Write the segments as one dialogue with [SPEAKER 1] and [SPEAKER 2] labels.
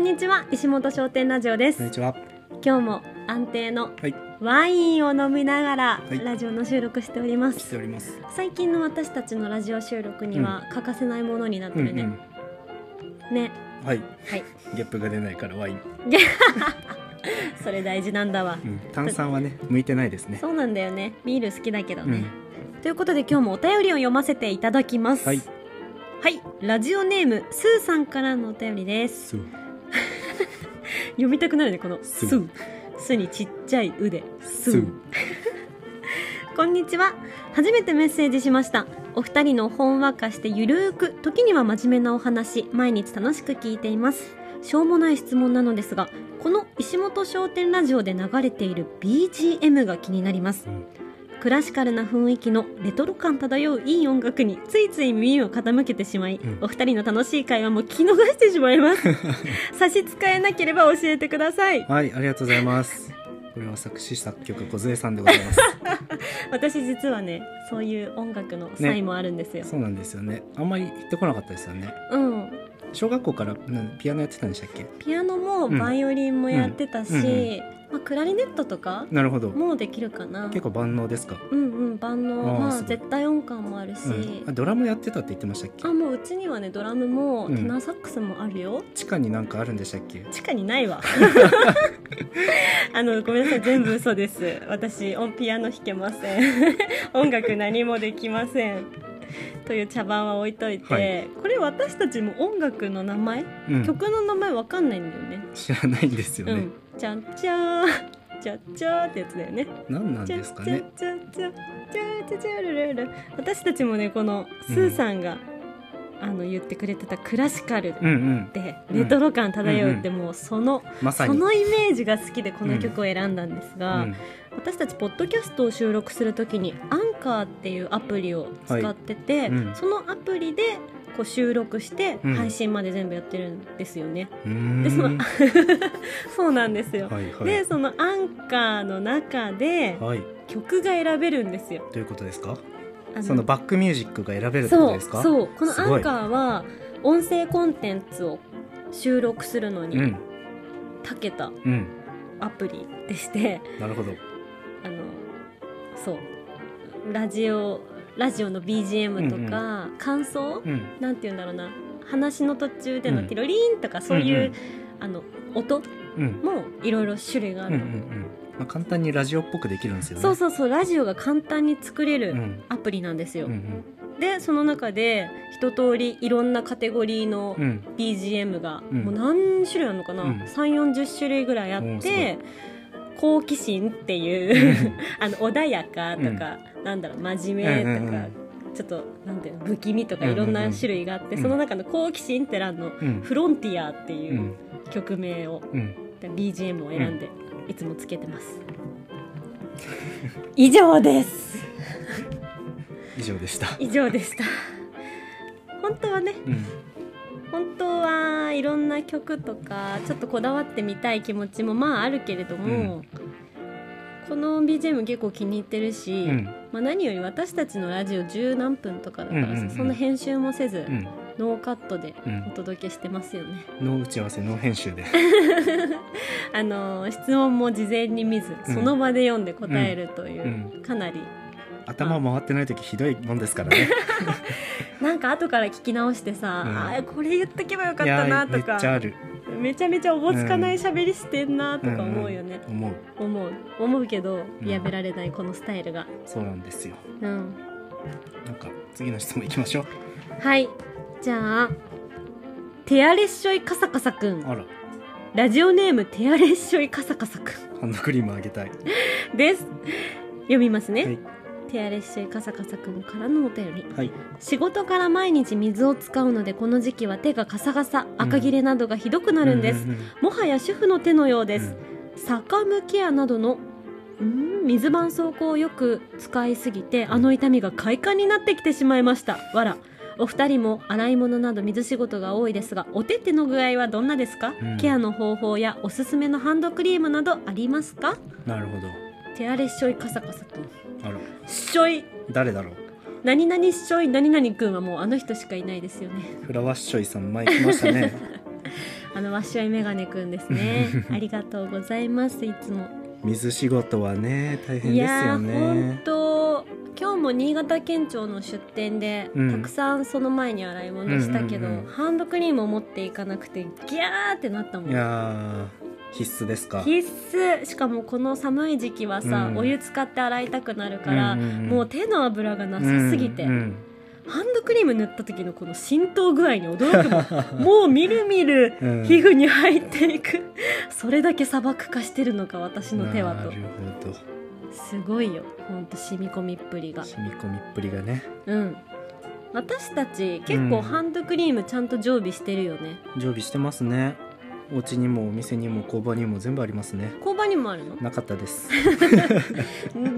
[SPEAKER 1] にちは石本商店ラジオで
[SPEAKER 2] こん
[SPEAKER 1] す
[SPEAKER 2] にちは。
[SPEAKER 1] 今日も安定の
[SPEAKER 2] はい。
[SPEAKER 1] ワインを飲みながら
[SPEAKER 2] い
[SPEAKER 1] ラジオの収録しておりま
[SPEAKER 2] 来
[SPEAKER 1] す、
[SPEAKER 2] ております。
[SPEAKER 1] 最近の私たちのラジオ収録には欠かせないものになって
[SPEAKER 2] うんう
[SPEAKER 1] るね、
[SPEAKER 2] ん。
[SPEAKER 1] ね
[SPEAKER 2] はい。
[SPEAKER 1] はい
[SPEAKER 2] ゲップが出ないからワイン。
[SPEAKER 1] それ大事なんだわ、
[SPEAKER 2] うん。炭酸は ね向いてないですね。
[SPEAKER 1] そうなんだよねビール好きだけど
[SPEAKER 2] う
[SPEAKER 1] ね、
[SPEAKER 2] ん。
[SPEAKER 1] ということで今日もお便りを読ませていただきます
[SPEAKER 2] はい。
[SPEAKER 1] はいラジオネームスーさんからのお便りです
[SPEAKER 2] そう。
[SPEAKER 1] 読みたくなるねこの「
[SPEAKER 2] ス
[SPEAKER 1] す
[SPEAKER 2] ー」
[SPEAKER 1] すにちっちゃいうで「す
[SPEAKER 2] そう。」
[SPEAKER 1] こんにちは初めてメッセージしましたお二人のほんわかしてゆるーく時には真面目なお話毎日楽しく聞いていますしょうもない質問なのですがこの石本商店ラジオで流れている BGM が気になります
[SPEAKER 2] うん
[SPEAKER 1] クラシカルな雰囲気のレトロ感漂ういい音楽についつい耳を傾けてしまい、
[SPEAKER 2] うん
[SPEAKER 1] お二人の楽しい会話も聞き逃してしまい ます差し支えなければ教えてください
[SPEAKER 2] はい。ありがとうござい ます。これは作詞作曲小杖さんでござい ます。
[SPEAKER 1] 私実はねそういう音楽の才もあるんですよ、
[SPEAKER 2] そうなんですよね。あんまり行ってこなかったですよね。
[SPEAKER 1] うん
[SPEAKER 2] 小学校からなんピアノやってたんでしたっけ？
[SPEAKER 1] ピアノも
[SPEAKER 2] うん
[SPEAKER 1] バイオリンもやってたし、
[SPEAKER 2] うんうん
[SPEAKER 1] まあ、クラリネットとか
[SPEAKER 2] なるほど。
[SPEAKER 1] もうできるかな
[SPEAKER 2] 結構万能ですか？
[SPEAKER 1] うんうん万能
[SPEAKER 2] あー
[SPEAKER 1] まあ
[SPEAKER 2] すごい
[SPEAKER 1] 絶対音感もあるし、
[SPEAKER 2] うん。あドラムやってたって言ってましたっけ
[SPEAKER 1] あ？もううちにはねドラムも
[SPEAKER 2] うん
[SPEAKER 1] テナーサックスもある よ、
[SPEAKER 2] 地下になんかあるんでしたっけ？
[SPEAKER 1] 地下にないわ あのごめんなさい全部嘘です私音ピアノ弾けませ ん音楽何もできませんという茶番は置いといて、
[SPEAKER 2] はい
[SPEAKER 1] これ私たちも音楽の名前、
[SPEAKER 2] うん。
[SPEAKER 1] 曲の名前わかんないんだよね
[SPEAKER 2] 知らないんですよ
[SPEAKER 1] う
[SPEAKER 2] ね
[SPEAKER 1] ん。、ちゃんちゃーちゃっちゃーってやつだよね。
[SPEAKER 2] 何なん
[SPEAKER 1] ちゃ
[SPEAKER 2] ですかね。
[SPEAKER 1] ちゃちゃちゃちゃちゃちゃるるる。私たちもねこのスーさんが、あの言ってくれてたクラシカル
[SPEAKER 2] うんうん。
[SPEAKER 1] で
[SPEAKER 2] うん
[SPEAKER 1] レトロ感漂うってもうその、
[SPEAKER 2] まさ
[SPEAKER 1] そ
[SPEAKER 2] に。
[SPEAKER 1] のイメージが好きでこの曲を選んだんですが、
[SPEAKER 2] うん
[SPEAKER 1] 私たちポッドキャストを収録するときにアンカーっていうアプリを使ってて、
[SPEAKER 2] いうん
[SPEAKER 1] そのアプリでこう収録して
[SPEAKER 2] うん
[SPEAKER 1] 配信まで全部やってるんですよね。
[SPEAKER 2] うー ん
[SPEAKER 1] でそのそうなんですよ。
[SPEAKER 2] はいはい。
[SPEAKER 1] でそのアンカーの中で
[SPEAKER 2] はい。
[SPEAKER 1] 曲が選べるんですよ。
[SPEAKER 2] ということですか。
[SPEAKER 1] あ
[SPEAKER 2] そのバックミュージックが選べるってこと
[SPEAKER 1] そう
[SPEAKER 2] ですか。う。
[SPEAKER 1] そうこの
[SPEAKER 2] すご
[SPEAKER 1] ア
[SPEAKER 2] い
[SPEAKER 1] ンカーは音声コンテンツを収録するの
[SPEAKER 2] う
[SPEAKER 1] に
[SPEAKER 2] ん
[SPEAKER 1] 長けた
[SPEAKER 2] うん。
[SPEAKER 1] アプリでして、
[SPEAKER 2] なるほど。
[SPEAKER 1] あのそうラジオラジオの BGM とか、感想
[SPEAKER 2] うん。
[SPEAKER 1] なんて言うんだろうな話の途中での
[SPEAKER 2] うん
[SPEAKER 1] ティロリーンとかそういう、
[SPEAKER 2] うんうん
[SPEAKER 1] あの音
[SPEAKER 2] うん。
[SPEAKER 1] もいろいろ種類があ
[SPEAKER 2] うんうんう
[SPEAKER 1] るの、
[SPEAKER 2] ん。まあ簡単にラジオっぽくできるんですよね。
[SPEAKER 1] そうそうそうラジオが簡単に作れ
[SPEAKER 2] う
[SPEAKER 1] る
[SPEAKER 2] ん。
[SPEAKER 1] アプリなんですよ、
[SPEAKER 2] うんうん
[SPEAKER 1] でその中で一通りいろんなカテゴリーの
[SPEAKER 2] うん
[SPEAKER 1] BGM が、
[SPEAKER 2] うん
[SPEAKER 1] もう何種類あるのかな、
[SPEAKER 2] うん
[SPEAKER 1] 3 4 0種類ぐらいあ
[SPEAKER 2] お
[SPEAKER 1] っ
[SPEAKER 2] ーすご
[SPEAKER 1] て
[SPEAKER 2] い
[SPEAKER 1] 好奇心って
[SPEAKER 2] う
[SPEAKER 1] いう
[SPEAKER 2] ん
[SPEAKER 1] あの穏やかとか、なんだろう真面目とか、
[SPEAKER 2] うん
[SPEAKER 1] ちょっとなんていうの不気味とか
[SPEAKER 2] うん
[SPEAKER 1] い
[SPEAKER 2] うんう
[SPEAKER 1] ろ
[SPEAKER 2] ん
[SPEAKER 1] んな種類があって、
[SPEAKER 2] うん
[SPEAKER 1] その中の好奇心って欄の
[SPEAKER 2] う
[SPEAKER 1] 「
[SPEAKER 2] ん
[SPEAKER 1] フロンティア」って
[SPEAKER 2] う
[SPEAKER 1] いうん曲名を、
[SPEAKER 2] うん。
[SPEAKER 1] BGM を選んで、いつもつけて ます。以上です
[SPEAKER 2] 以上でした。
[SPEAKER 1] 以上でした本当はね
[SPEAKER 2] うん。
[SPEAKER 1] 本当はいろんな曲とかちょっとこだわってみたい気持ちもまああるけれども、この BGM 結構気に入ってるし、
[SPEAKER 2] うん
[SPEAKER 1] まあ、何より私たちのラジオ十何分とかだからさ、
[SPEAKER 2] うんうんうん
[SPEAKER 1] そんな編集もせず、
[SPEAKER 2] うん
[SPEAKER 1] ノーカットで
[SPEAKER 2] う
[SPEAKER 1] お
[SPEAKER 2] ん。
[SPEAKER 1] 届けしてますよね。
[SPEAKER 2] の打ち合わせの編集 で。
[SPEAKER 1] あのー質問も事前に見ず
[SPEAKER 2] うん
[SPEAKER 1] その場で読んで答えるという、
[SPEAKER 2] う
[SPEAKER 1] かなり
[SPEAKER 2] 頭回ってない時ひどいもんで すからね。
[SPEAKER 1] なんか後から聞き直してさ、
[SPEAKER 2] うん
[SPEAKER 1] あーこれ言っとけばよかっ
[SPEAKER 2] い
[SPEAKER 1] た
[SPEAKER 2] や
[SPEAKER 1] な
[SPEAKER 2] ーめ
[SPEAKER 1] と
[SPEAKER 2] っちゃあ
[SPEAKER 1] か
[SPEAKER 2] る。
[SPEAKER 1] めちゃめちゃおぼつかない喋りしてんなとか思うよね。
[SPEAKER 2] んん思う。
[SPEAKER 1] 思う思うけど
[SPEAKER 2] うん
[SPEAKER 1] やめられないこのスタイルが、
[SPEAKER 2] そうなんですよ。
[SPEAKER 1] うん、
[SPEAKER 2] なんか次の質問いきましょう。
[SPEAKER 1] はいじゃあテアレッショイカサカサく
[SPEAKER 2] あ
[SPEAKER 1] ん
[SPEAKER 2] ら、
[SPEAKER 1] ラジオネームテアレッショイカサカサく
[SPEAKER 2] ハンドクリームあげたい。
[SPEAKER 1] んです読みますね、
[SPEAKER 2] はい
[SPEAKER 1] テアレッショイカサカサくんからのお便り
[SPEAKER 2] はい。
[SPEAKER 1] 仕事から毎日水を使うのでこの時期は手がカサカサ赤切れなどがひどくなるんです、
[SPEAKER 2] うう
[SPEAKER 1] もはや主婦の手のよう
[SPEAKER 2] う
[SPEAKER 1] で
[SPEAKER 2] ん
[SPEAKER 1] す、酒向ケアなどのうん水絆創膏をよく使いすぎてあの痛みが快感になってきてしまいましたわらお二人も洗い物など水仕事が多いですがお手手の具合はどんなですか、
[SPEAKER 2] うん
[SPEAKER 1] ケアの方法やおすすめのハンドクリームなどありますか
[SPEAKER 2] なるほ
[SPEAKER 1] 手荒れっしょいカサカサくん
[SPEAKER 2] ど。あら、
[SPEAKER 1] しょい
[SPEAKER 2] 誰だろう。
[SPEAKER 1] 何々っしょい何々くんはもうあの人しかいないですよね
[SPEAKER 2] フラワッショイさん前来ましたね。
[SPEAKER 1] あのわっしょいメガネくんです ねありがとうございますいつも
[SPEAKER 2] 水仕事はね大変
[SPEAKER 1] い
[SPEAKER 2] です
[SPEAKER 1] や
[SPEAKER 2] よ
[SPEAKER 1] ー本
[SPEAKER 2] ね
[SPEAKER 1] 当今日も新潟県庁の出店で、
[SPEAKER 2] うん
[SPEAKER 1] たくさんその前に洗い物したけど、
[SPEAKER 2] うんうんうん
[SPEAKER 1] ハンドクリームを持っていかなくてギャーってなったも
[SPEAKER 2] い
[SPEAKER 1] ん
[SPEAKER 2] やー必須ですか
[SPEAKER 1] 必須しかもこの寒い時期はさ、
[SPEAKER 2] うん
[SPEAKER 1] お湯使って洗いたくなるから、
[SPEAKER 2] んんん
[SPEAKER 1] もう手の油がなさすぎて、
[SPEAKER 2] うんうん
[SPEAKER 1] ハンドクリーム塗った時のこの浸透具合に驚 くもん もうみるみる
[SPEAKER 2] うん
[SPEAKER 1] 皮膚に入っていく、それだけ砂漠化してるのか私の手は
[SPEAKER 2] な
[SPEAKER 1] と
[SPEAKER 2] るほど
[SPEAKER 1] すごいよほんと染み込みっぷりが
[SPEAKER 2] 染み込みっぷりがね
[SPEAKER 1] うん私たち結
[SPEAKER 2] う
[SPEAKER 1] 構
[SPEAKER 2] ん
[SPEAKER 1] ハンドクリームちゃんと常備してるよね、
[SPEAKER 2] 常備してますねお家にもお店にも工場にも全部ありますね
[SPEAKER 1] 工場にもあるの
[SPEAKER 2] なかった です、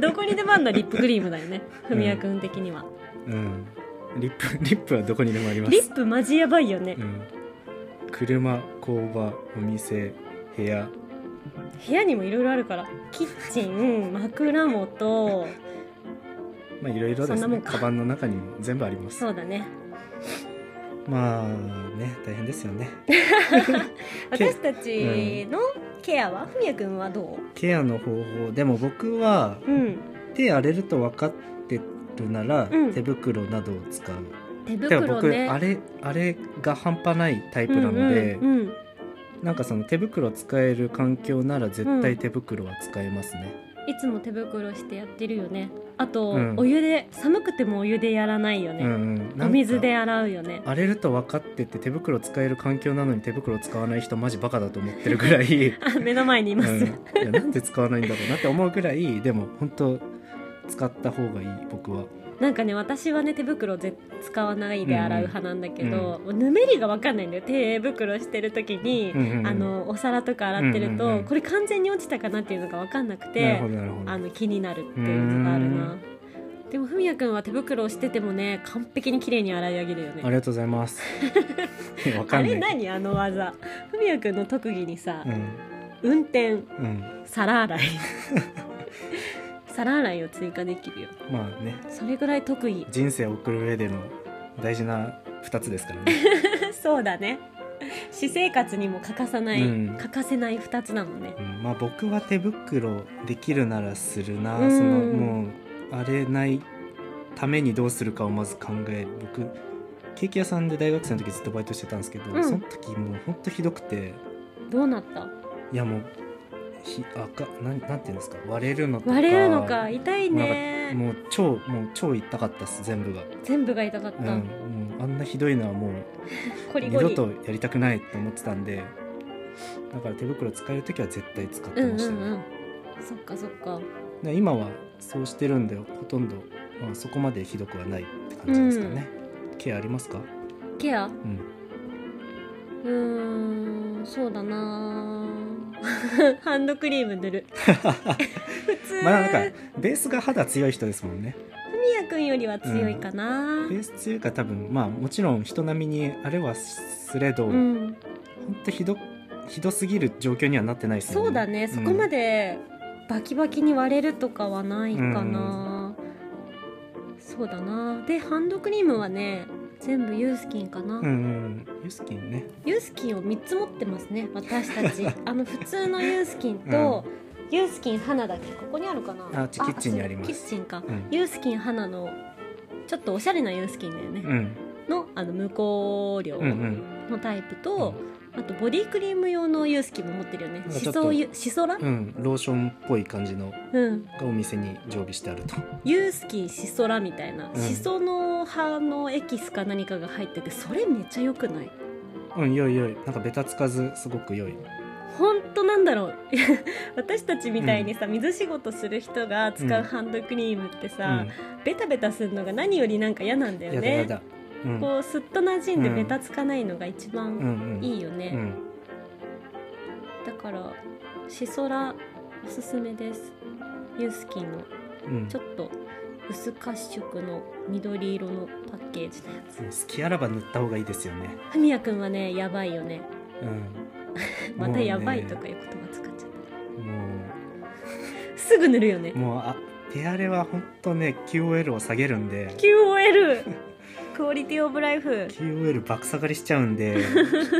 [SPEAKER 1] どこにでもあるのはリップクリームだよね
[SPEAKER 2] うん
[SPEAKER 1] 文也君的には、
[SPEAKER 2] うん、リップリップはどこにでもあります
[SPEAKER 1] リップマジやばいよね、
[SPEAKER 2] うん、車工場お店部屋
[SPEAKER 1] 部屋にもいろいろあるからキッチン枕元
[SPEAKER 2] まあいろい
[SPEAKER 1] そ
[SPEAKER 2] ろで
[SPEAKER 1] ん
[SPEAKER 2] す
[SPEAKER 1] なも
[SPEAKER 2] ね
[SPEAKER 1] んか
[SPEAKER 2] カバンの中にも全部あります
[SPEAKER 1] そうだね
[SPEAKER 2] まあね大変ですよ ねケ
[SPEAKER 1] 私たちのケアはふみやくんはど
[SPEAKER 2] ケアの方法でも僕は
[SPEAKER 1] う、うん、
[SPEAKER 2] 手荒れると分かってるなら、
[SPEAKER 1] うん
[SPEAKER 2] 手袋などを使う
[SPEAKER 1] 手
[SPEAKER 2] だから
[SPEAKER 1] 袋
[SPEAKER 2] 僕、
[SPEAKER 1] ね
[SPEAKER 2] あれあれが半端ないタイプ
[SPEAKER 1] うん
[SPEAKER 2] なので、
[SPEAKER 1] うんうん
[SPEAKER 2] なんかその手袋使える環境なら絶対手袋は使えますね、
[SPEAKER 1] いつも手袋してやってるよねあと、
[SPEAKER 2] うん
[SPEAKER 1] お湯で寒くてもお湯でやらないよ
[SPEAKER 2] うんう
[SPEAKER 1] ね、
[SPEAKER 2] んなんか
[SPEAKER 1] お水で洗うよね
[SPEAKER 2] 荒れると分かってて手袋使える環境なのに手袋使わない人マジバカだと思ってるぐらい、
[SPEAKER 1] あ 目の前にいます、
[SPEAKER 2] うん、いやなんで使わないんだろうなって思うぐらいでも本当使った方がいい僕は
[SPEAKER 1] なんかね私はね手袋ぜ使わないで洗う派なんだけど、ぬめりがわかんないんだよ手袋してる時に、
[SPEAKER 2] うんうんうん
[SPEAKER 1] あのお皿とか洗ってると、
[SPEAKER 2] うんうんうん
[SPEAKER 1] これ完全に落ちたかなっていうのがわかんなく
[SPEAKER 2] なる
[SPEAKER 1] て
[SPEAKER 2] ほどなるほど
[SPEAKER 1] あの気になるっていうのがある
[SPEAKER 2] う
[SPEAKER 1] なでもふみやくんは手袋をしててもね完璧に綺麗に洗い上げるよね
[SPEAKER 2] ありがとうございます いやわ
[SPEAKER 1] あ
[SPEAKER 2] かん
[SPEAKER 1] れ
[SPEAKER 2] ない
[SPEAKER 1] 何あの技ふみやくんの特技にさ、
[SPEAKER 2] うん
[SPEAKER 1] 運転
[SPEAKER 2] うん
[SPEAKER 1] 皿洗い皿洗いを追加できるよ
[SPEAKER 2] まあね
[SPEAKER 1] それぐらい特技
[SPEAKER 2] 人生を送る上での大事な2つですからね
[SPEAKER 1] そうだね私生活にも欠かさない、
[SPEAKER 2] うん
[SPEAKER 1] 欠かせない2つだもんね
[SPEAKER 2] うんまあ僕は手袋できるならするな、
[SPEAKER 1] うん
[SPEAKER 2] そのもう荒れないためにどうするかをまず考える僕ケーキ屋さんで大学生の時ずっとバイトしてたんですけど、
[SPEAKER 1] うん
[SPEAKER 2] その時もうほんとひどくて
[SPEAKER 1] どうなった
[SPEAKER 2] いやもうひ赤なんなんていうんですか割れるのとか
[SPEAKER 1] 割れるのか痛いね
[SPEAKER 2] もう超もう超痛かったっす全部が、
[SPEAKER 1] 全部が痛かっ
[SPEAKER 2] うん
[SPEAKER 1] た、
[SPEAKER 2] もうあんなひどいのはもう
[SPEAKER 1] コリ
[SPEAKER 2] 二
[SPEAKER 1] コ
[SPEAKER 2] 度
[SPEAKER 1] リ
[SPEAKER 2] とやりたくないって思ってたんでだから手袋使える時は絶対使っ
[SPEAKER 1] う
[SPEAKER 2] て
[SPEAKER 1] ん
[SPEAKER 2] ま
[SPEAKER 1] う
[SPEAKER 2] したね、
[SPEAKER 1] んうんそっかそっか
[SPEAKER 2] で今はそうしてるんでほとんど、まあ、そこまでひどくはないって感じですかね、ケアありますか、
[SPEAKER 1] ケア
[SPEAKER 2] うん、
[SPEAKER 1] うーんそうだな ーハンドクリーム塗る 普通
[SPEAKER 2] まあなんかベースが肌強い人ですもんね
[SPEAKER 1] ふみやくんよりは強いかな
[SPEAKER 2] ベース強いから多分まあもちろん人並みにあれはすれど、
[SPEAKER 1] う
[SPEAKER 2] ほん
[SPEAKER 1] ん、
[SPEAKER 2] とひどひどすぎる状況にはなってないです
[SPEAKER 1] そうだね、そこまでバキバキに割れるとかはないかな、そうだなでハンドクリームはね全部ユースキンかな、
[SPEAKER 2] うんうんうんユースキンね
[SPEAKER 1] ユースキンを3つ持ってますね私た ちあの普通のユースキンと、ユースキン花だっけここにあるかな
[SPEAKER 2] あちキッチンにあります
[SPEAKER 1] キッチンか、
[SPEAKER 2] うん
[SPEAKER 1] ユースキン花のちょっとおしゃれなユースキンだよね、
[SPEAKER 2] うん
[SPEAKER 1] のあの無香料
[SPEAKER 2] うんうん
[SPEAKER 1] のタイプと、あとボディクリーム用のユースキンも持ってるよね
[SPEAKER 2] なんかちょ
[SPEAKER 1] シ
[SPEAKER 2] っと
[SPEAKER 1] ソユシソラ、
[SPEAKER 2] うんローションっぽい感じの
[SPEAKER 1] うん、
[SPEAKER 2] がお店に常備してあると
[SPEAKER 1] ユースキンシソラみたいな、
[SPEAKER 2] うん
[SPEAKER 1] シソの葉のエキスか何かが入っててそれめっちゃ良くない
[SPEAKER 2] うん良い良いなんかベタつかずすごく良い
[SPEAKER 1] ほんとなんだろう 私たちみたいにさ、水仕事する人が使うハンドクリームってさ、ベタベタするのが何よりなんか嫌なんだ
[SPEAKER 2] う
[SPEAKER 1] よ
[SPEAKER 2] ん、やだ
[SPEAKER 1] ね
[SPEAKER 2] やだ、うん、
[SPEAKER 1] こうすっと馴染んで
[SPEAKER 2] うん
[SPEAKER 1] ベタつかないのが一番
[SPEAKER 2] ん
[SPEAKER 1] いいよね、
[SPEAKER 2] うん
[SPEAKER 1] だからシソラおすすめですユースキンの
[SPEAKER 2] うん、
[SPEAKER 1] ちょっと薄褐色の緑色のパッケージのやつ
[SPEAKER 2] 好きあらば塗った方がいいですよね。
[SPEAKER 1] ふみやくんはねやばいよね
[SPEAKER 2] うん、
[SPEAKER 1] またやばいと
[SPEAKER 2] も
[SPEAKER 1] かいう言葉使っちゃっ
[SPEAKER 2] うね。
[SPEAKER 1] たすぐ塗るよね
[SPEAKER 2] もうもうあ手荒れは本当ね QOL を下げるんで、
[SPEAKER 1] QOL クオリティオブライフ
[SPEAKER 2] QOL 爆下がりしちゃう んで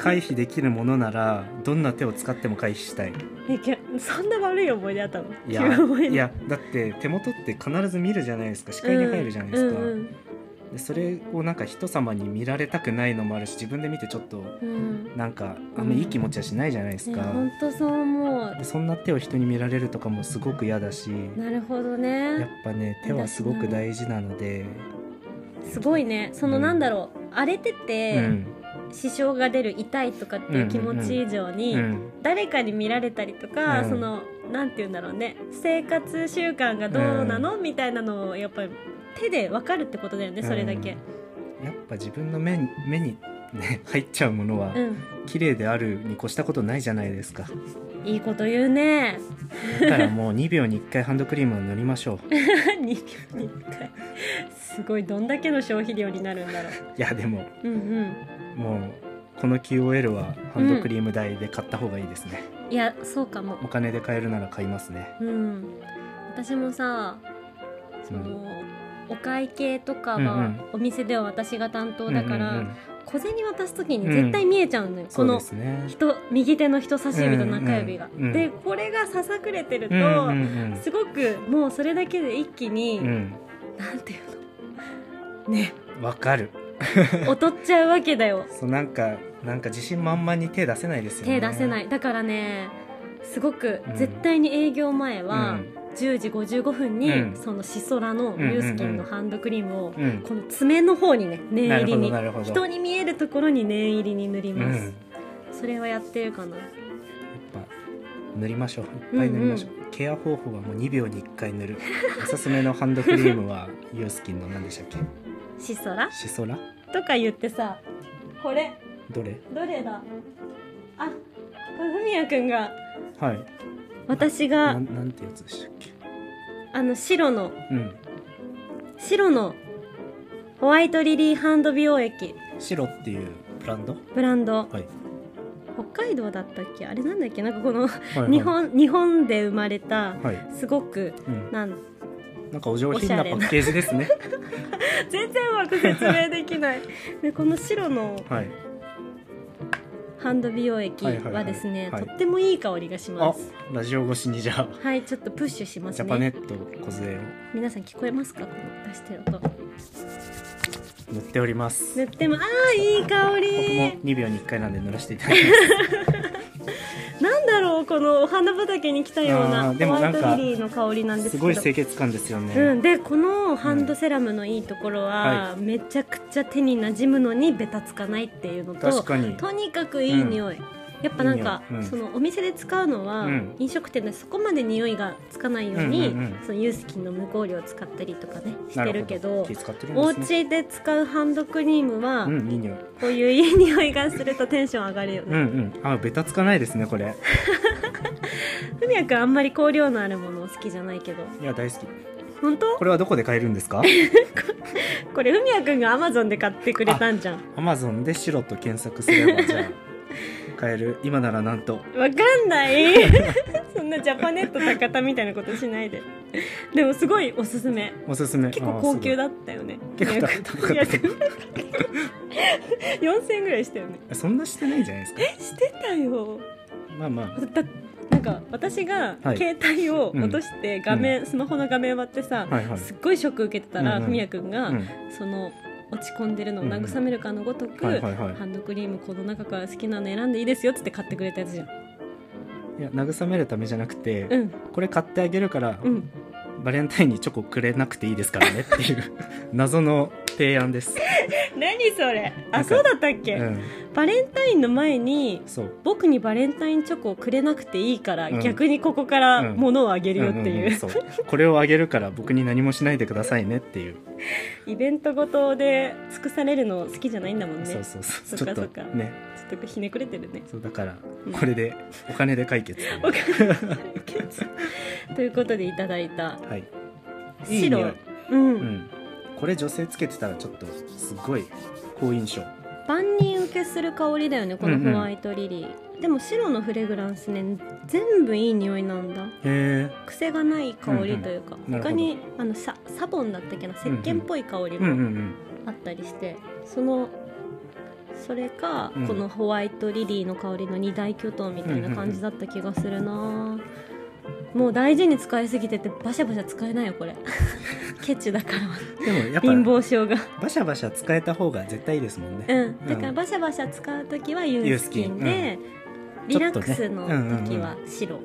[SPEAKER 2] 回避できるものならどんな手を使っても回避したい
[SPEAKER 1] えきゃそんな悪い思い出あったの
[SPEAKER 2] い
[SPEAKER 1] 急
[SPEAKER 2] や
[SPEAKER 1] に思出
[SPEAKER 2] いやだって手元って必ず見るじゃないですか視界に入るじゃないですか、
[SPEAKER 1] うんうん
[SPEAKER 2] でそれをなんか人様に見られたくないのもあるし自分で見てちょっと
[SPEAKER 1] うんうんね
[SPEAKER 2] なんかあんまいい気持ちはしないじゃないですか、
[SPEAKER 1] 本当そう思う
[SPEAKER 2] でそんな手を人に見られるとかもすごく嫌だし
[SPEAKER 1] なるほど
[SPEAKER 2] やっ
[SPEAKER 1] ね
[SPEAKER 2] ぱね手はすごく大事なので、
[SPEAKER 1] すごいねその
[SPEAKER 2] うん
[SPEAKER 1] なんだろう、荒れて
[SPEAKER 2] う
[SPEAKER 1] て
[SPEAKER 2] ん
[SPEAKER 1] 支障が出る痛いとかっていう気持ち以上に、
[SPEAKER 2] うん、
[SPEAKER 1] 誰かに見られたりとか、
[SPEAKER 2] うん
[SPEAKER 1] そのなんて言うんだろうね生活習慣がどうなの、みたいなのをやっぱり手で分かるってことだよねそれだけ、
[SPEAKER 2] うんやっぱ自分の目に目に、ね、入っちゃうものは
[SPEAKER 1] うん
[SPEAKER 2] 綺麗であるに越したことないじゃないですか
[SPEAKER 1] いいこと言うね
[SPEAKER 2] だからもう2秒に1回ハンドクリームを塗りま しょうい
[SPEAKER 1] 2秒に1回すごいどんだけの消費量になるんだろう
[SPEAKER 2] やでも
[SPEAKER 1] うんうん
[SPEAKER 2] もうこの QOL はハンドクリーム代で買った方がいいですね、
[SPEAKER 1] いやそうかも
[SPEAKER 2] お金で買えるなら買いますね
[SPEAKER 1] うん私もさその、
[SPEAKER 2] う
[SPEAKER 1] お会計とか
[SPEAKER 2] うんう
[SPEAKER 1] は
[SPEAKER 2] ん
[SPEAKER 1] お店では私が担当だから、
[SPEAKER 2] うんうんうん
[SPEAKER 1] 小銭渡す時に絶対見えちゃうのよ、こ
[SPEAKER 2] そう
[SPEAKER 1] の
[SPEAKER 2] ですね
[SPEAKER 1] 人右手の人差し指と中指が。
[SPEAKER 2] うんうんうん
[SPEAKER 1] でこれがささくれてると、
[SPEAKER 2] うんうん
[SPEAKER 1] すごくもうそれだけで一気に、
[SPEAKER 2] うんうん
[SPEAKER 1] なんていうのね
[SPEAKER 2] わかる
[SPEAKER 1] 劣っちゃうわけだよ
[SPEAKER 2] そうなんかなんか自信満々に手出せないですよね
[SPEAKER 1] 手出せないいだからねすごく
[SPEAKER 2] うん
[SPEAKER 1] 絶対に営業前は、
[SPEAKER 2] うん
[SPEAKER 1] 10時55分に、
[SPEAKER 2] うん
[SPEAKER 1] そのシソラのユースキンのハンドクリームを、
[SPEAKER 2] うん
[SPEAKER 1] この爪の方にね念入
[SPEAKER 2] なる
[SPEAKER 1] り
[SPEAKER 2] ほど
[SPEAKER 1] に
[SPEAKER 2] なるほど
[SPEAKER 1] 人に見えるところに念入りに塗り
[SPEAKER 2] う
[SPEAKER 1] ま
[SPEAKER 2] ん
[SPEAKER 1] す、それはやってるかな
[SPEAKER 2] やっぱ塗りましょういっぱい塗りましょう、ケア方法はもう2秒に1回塗るおすすめのハンドクリームはユースキンの何でしたっけ
[SPEAKER 1] シソラ
[SPEAKER 2] シソラ
[SPEAKER 1] とか言ってさこれ
[SPEAKER 2] どれ
[SPEAKER 1] どれだあこれふみやくんが
[SPEAKER 2] はい
[SPEAKER 1] 私
[SPEAKER 2] な
[SPEAKER 1] が
[SPEAKER 2] んなんてやつでしたっけ
[SPEAKER 1] あの白の
[SPEAKER 2] うん
[SPEAKER 1] 白のホワイトリリーハンド美容液
[SPEAKER 2] 白っていうブランドは
[SPEAKER 1] ブランド
[SPEAKER 2] い、
[SPEAKER 1] 北海道だったっけあれなんだっけなんかこの
[SPEAKER 2] はいはい
[SPEAKER 1] 日本日本で生まれた
[SPEAKER 2] はい、
[SPEAKER 1] すごく
[SPEAKER 2] うん、
[SPEAKER 1] なん
[SPEAKER 2] なんかお上品なパッケージですね
[SPEAKER 1] 全然うまく説明できない でこの白の
[SPEAKER 2] はい
[SPEAKER 1] ハンド美容液
[SPEAKER 2] はいはいは
[SPEAKER 1] はいですね、
[SPEAKER 2] はい
[SPEAKER 1] とってもいい香りがしま
[SPEAKER 2] あ
[SPEAKER 1] す
[SPEAKER 2] ラジオ越しにじゃあ
[SPEAKER 1] はいちょっとプッシュしま
[SPEAKER 2] ジ
[SPEAKER 1] す
[SPEAKER 2] ャパネ
[SPEAKER 1] ね
[SPEAKER 2] ット梢を
[SPEAKER 1] 皆さん聞こえますかこの出してる音
[SPEAKER 2] 塗っております
[SPEAKER 1] 塗ってもあーいい香
[SPEAKER 2] 僕も
[SPEAKER 1] り
[SPEAKER 2] 2秒に1回なんで塗らせていただきます
[SPEAKER 1] なんだろうこのお花畑に来たような
[SPEAKER 2] あーで
[SPEAKER 1] ホ
[SPEAKER 2] も
[SPEAKER 1] ワ
[SPEAKER 2] な
[SPEAKER 1] イ
[SPEAKER 2] ん
[SPEAKER 1] ト
[SPEAKER 2] か
[SPEAKER 1] リリーの香りなんですけ
[SPEAKER 2] す
[SPEAKER 1] ど
[SPEAKER 2] ごい清潔感ですよね、
[SPEAKER 1] うん、でこのハンドセラムのいいところは、めちゃくちゃ手に馴染むのにベタつかないっていうの
[SPEAKER 2] 確
[SPEAKER 1] と
[SPEAKER 2] かに
[SPEAKER 1] とにかくいい匂い、やっぱなんか
[SPEAKER 2] いい匂いうん
[SPEAKER 1] そのお店で使うのは、
[SPEAKER 2] うん
[SPEAKER 1] 飲食店でそこまで匂いがつかないように、
[SPEAKER 2] うんうんうん
[SPEAKER 1] そのユースキンの無香料を使ったりとかねし
[SPEAKER 2] な
[SPEAKER 1] てるけど
[SPEAKER 2] ほ気使ってるん
[SPEAKER 1] お
[SPEAKER 2] ですね
[SPEAKER 1] 家で使うハンドクリームは、
[SPEAKER 2] うんいい匂い
[SPEAKER 1] こういういい匂いがするとテンション上がるよ
[SPEAKER 2] うんう
[SPEAKER 1] ね
[SPEAKER 2] んあベタつかないですねこれ
[SPEAKER 1] ふみやくんあんまり香料のあるもの好きじゃないけど
[SPEAKER 2] いや大好き
[SPEAKER 1] 本当
[SPEAKER 2] これはどこで買えるんですか
[SPEAKER 1] これふみやくんがアマゾンで買ってくれたんじゃん
[SPEAKER 2] アマゾンで白と検索す ればじゃあ買える今ならなんと
[SPEAKER 1] わかんない そんなジャパネット高田みたいなことしないででもすごいおすすめ
[SPEAKER 2] おすすめ
[SPEAKER 1] 結構高級だ
[SPEAKER 2] だ
[SPEAKER 1] ったよね
[SPEAKER 2] 結構高かった
[SPEAKER 1] 4000円ぐらいしたよね
[SPEAKER 2] そんなしてないんじゃないですか
[SPEAKER 1] えしてたよ
[SPEAKER 2] まあまあ
[SPEAKER 1] だなんか私が
[SPEAKER 2] はい
[SPEAKER 1] 携帯を落として画面、スマホの画面割ってさ、
[SPEAKER 2] はいはい
[SPEAKER 1] すっごいショック受けてた
[SPEAKER 2] う
[SPEAKER 1] ら
[SPEAKER 2] んうん
[SPEAKER 1] ふみやくんが、
[SPEAKER 2] うん
[SPEAKER 1] その落ち込んでるのを慰めるかのごとく、
[SPEAKER 2] はいはいはい
[SPEAKER 1] ハンドクリームこの中から好きなの選んでいいですよっつって買ってくれたやつじゃん
[SPEAKER 2] いや慰めるためじゃなくて、
[SPEAKER 1] うん
[SPEAKER 2] これ買ってあげるから、
[SPEAKER 1] うん
[SPEAKER 2] バレンタインにチョコくれなくていいですからねっていう 謎の提案です、
[SPEAKER 1] 何それ
[SPEAKER 2] な
[SPEAKER 1] あ
[SPEAKER 2] んか
[SPEAKER 1] そうだったっけ、
[SPEAKER 2] うん、
[SPEAKER 1] バレンタインの前に
[SPEAKER 2] そう
[SPEAKER 1] 僕にバレンタインチョコをくれなくていいから、
[SPEAKER 2] うん
[SPEAKER 1] 逆にここから
[SPEAKER 2] うん
[SPEAKER 1] 物をあげるよって
[SPEAKER 2] ん
[SPEAKER 1] い
[SPEAKER 2] ん
[SPEAKER 1] う,、
[SPEAKER 2] んそうこれをあげるから僕に何もしないでくださいねっていう、
[SPEAKER 1] イベントごとで尽くされるの好きじゃないんだもんね
[SPEAKER 2] そうそうそ
[SPEAKER 1] そ
[SPEAKER 2] う
[SPEAKER 1] っ
[SPEAKER 2] ちょ
[SPEAKER 1] か
[SPEAKER 2] っと
[SPEAKER 1] そっか
[SPEAKER 2] ね
[SPEAKER 1] ちょっとひねくれてるね
[SPEAKER 2] そうだから
[SPEAKER 1] うん
[SPEAKER 2] これでお金で解決、
[SPEAKER 1] わかんないけど ということでいただいた
[SPEAKER 2] はいいい
[SPEAKER 1] 白
[SPEAKER 2] 匂い、
[SPEAKER 1] うん
[SPEAKER 2] うん、これ女性つけてたらちょっとすごい好印象
[SPEAKER 1] 万人受けする香りだよねこの
[SPEAKER 2] うんうん
[SPEAKER 1] ホワイトリリー、でも白のフレグランスね全部いい匂いなんだ
[SPEAKER 2] へえ
[SPEAKER 1] 癖がない香りというか、
[SPEAKER 2] うんうんなるほど
[SPEAKER 1] 他にあのササボンだったっけな石鹸っぽい香り
[SPEAKER 2] うん
[SPEAKER 1] も
[SPEAKER 2] うん
[SPEAKER 1] あったりしてそのそれか、
[SPEAKER 2] うん
[SPEAKER 1] このホワイトリリーの香りの二大巨頭みたいな感じだった気がするな、もう大事に使いすぎててバシャバシャ使えないよこれ ケチだから
[SPEAKER 2] でもやっ
[SPEAKER 1] 貧
[SPEAKER 2] ぱ
[SPEAKER 1] 乏症が
[SPEAKER 2] バシャバシャ使えた方が絶対いいですもんね、
[SPEAKER 1] うんだから
[SPEAKER 2] うん
[SPEAKER 1] バシャバシャ使う時はユースキン
[SPEAKER 2] ユー
[SPEAKER 1] で、
[SPEAKER 2] ん
[SPEAKER 1] リラックスの
[SPEAKER 2] ちょっとねうんうんうん
[SPEAKER 1] 時は白、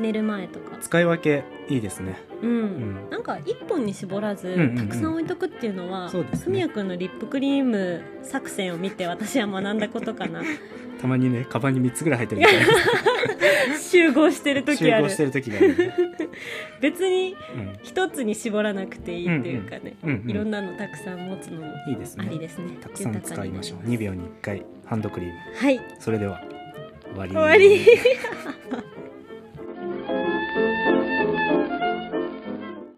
[SPEAKER 1] 寝る前とか
[SPEAKER 2] 使い分けいいですね
[SPEAKER 1] うん、
[SPEAKER 2] ん
[SPEAKER 1] なんか一本に絞らず、
[SPEAKER 2] んうんうん
[SPEAKER 1] たくさん置いとくっていうのは
[SPEAKER 2] そうですね
[SPEAKER 1] ふみやくんのリップクリーム作戦を見て私は学んだことかな
[SPEAKER 2] たまにねカバンに3つぐらい入ってるみたい
[SPEAKER 1] 集合してる
[SPEAKER 2] な
[SPEAKER 1] 時あ
[SPEAKER 2] 集合
[SPEAKER 1] る
[SPEAKER 2] してる時がある、ね
[SPEAKER 1] 別に
[SPEAKER 2] うん
[SPEAKER 1] 一つに絞らなくていいっていうかね、
[SPEAKER 2] うんうん、
[SPEAKER 1] いろんなのたくさん持つのも
[SPEAKER 2] いいです
[SPEAKER 1] あり
[SPEAKER 2] ね
[SPEAKER 1] ですね
[SPEAKER 2] たくさん使いましょう
[SPEAKER 1] 豊かになり
[SPEAKER 2] 2秒に1回ハンドクリーム
[SPEAKER 1] ますはい
[SPEAKER 2] それでは終わり
[SPEAKER 1] 終わり